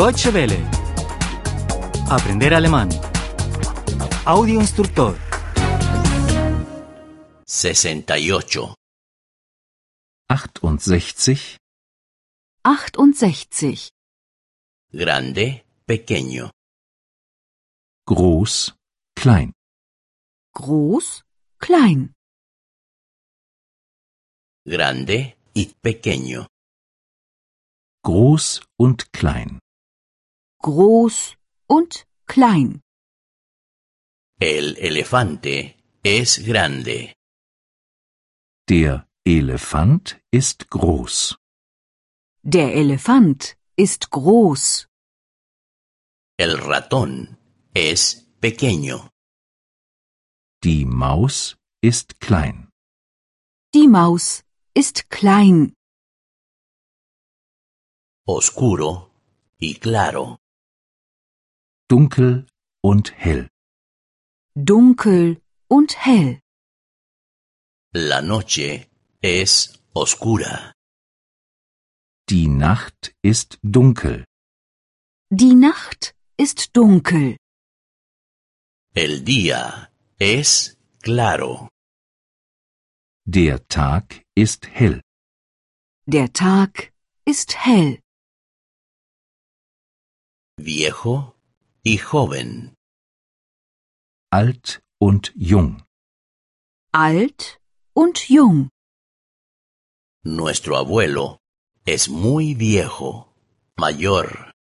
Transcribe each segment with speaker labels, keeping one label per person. Speaker 1: Deutsche Welle. Aprender alemán. Audio instructor.
Speaker 2: 68.
Speaker 3: 68
Speaker 4: 68.
Speaker 2: Grande, pequeño.
Speaker 3: groß, klein,
Speaker 4: Groß, klein.
Speaker 2: Grande y pequeño.
Speaker 3: groß und klein,
Speaker 4: Groß und klein.
Speaker 2: El elefante es grande.
Speaker 3: der Elefant ist groß,
Speaker 4: Der Elefant ist groß.
Speaker 2: El ratón es pequeño.
Speaker 3: die Maus ist klein,
Speaker 4: Die Maus ist klein.
Speaker 2: Oscuro y claro.
Speaker 3: dunkel und hell,
Speaker 4: Dunkel und hell.
Speaker 2: La noche es oscura.
Speaker 3: die Nacht ist dunkel,
Speaker 4: Die Nacht ist dunkel.
Speaker 2: El día es claro.
Speaker 3: der Tag ist hell,
Speaker 4: Der Tag ist hell.
Speaker 2: Viejo y joven.
Speaker 3: alt und jung,
Speaker 4: Alt und jung.
Speaker 2: Nuestro abuelo es muy viejo, mayor.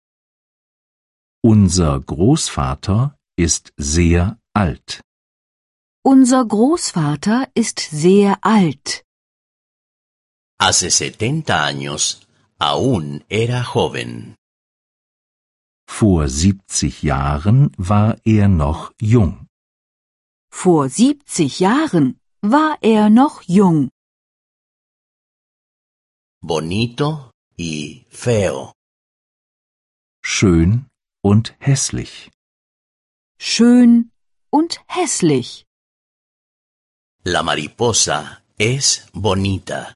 Speaker 3: unser Großvater ist sehr alt,
Speaker 4: Unser Großvater ist sehr alt.
Speaker 2: Hace 70 años aún era joven.
Speaker 3: vor 70 Jahren war er noch jung,
Speaker 4: Vor 70 Jahren war er noch jung.
Speaker 2: bonito y feo,
Speaker 3: schön und hässlich,
Speaker 4: Schön und hässlich.
Speaker 2: la mariposa es bonita,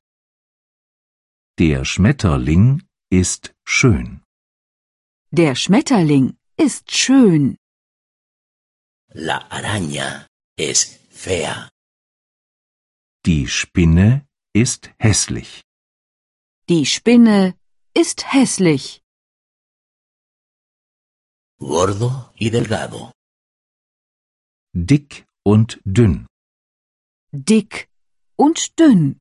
Speaker 3: der Schmetterling ist schön.
Speaker 4: Der Schmetterling ist schön.
Speaker 2: la araña es fea,
Speaker 3: Die Spinne ist hässlich.
Speaker 4: Die Spinne ist hässlich.
Speaker 2: gordo y delgado,
Speaker 3: Dick und dünn.
Speaker 4: Dick und dünn.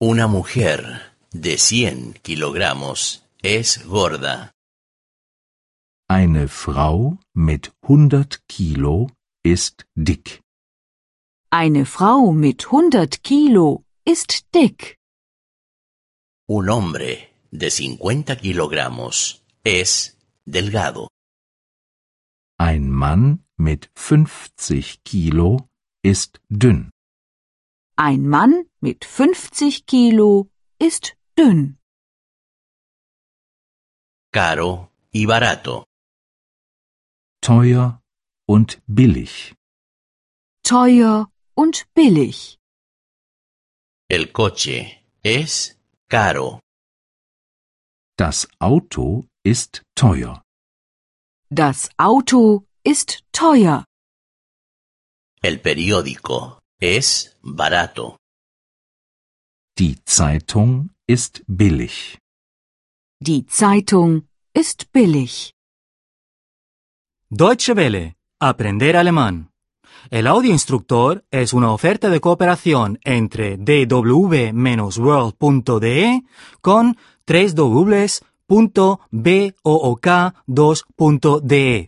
Speaker 2: una mujer de 100 kilogramos es gorda,
Speaker 3: Eine Frau mit 100 Kilo ist dick.
Speaker 4: Eine Frau mit 100 Kilo ist dick.
Speaker 2: un hombre de 50 kilogramos es delgado,
Speaker 3: Ein Mann mit 50 Kilo ist dünn.
Speaker 4: Ein Mann mit 50 Kilo ist dünn.
Speaker 2: caro y barato,
Speaker 3: Teuer und billig.
Speaker 4: Teuer und billig.
Speaker 2: el coche es caro,
Speaker 3: Das Auto ist teuer.
Speaker 4: Das Auto ist teuer.
Speaker 2: el periódico es barato,
Speaker 3: Die Zeitung ist billig.
Speaker 4: Die Zeitung ist billig.
Speaker 1: Deutsche Welle. Aprender alemán. El audio instructor es una oferta de cooperación entre dw-world.de con 3 2de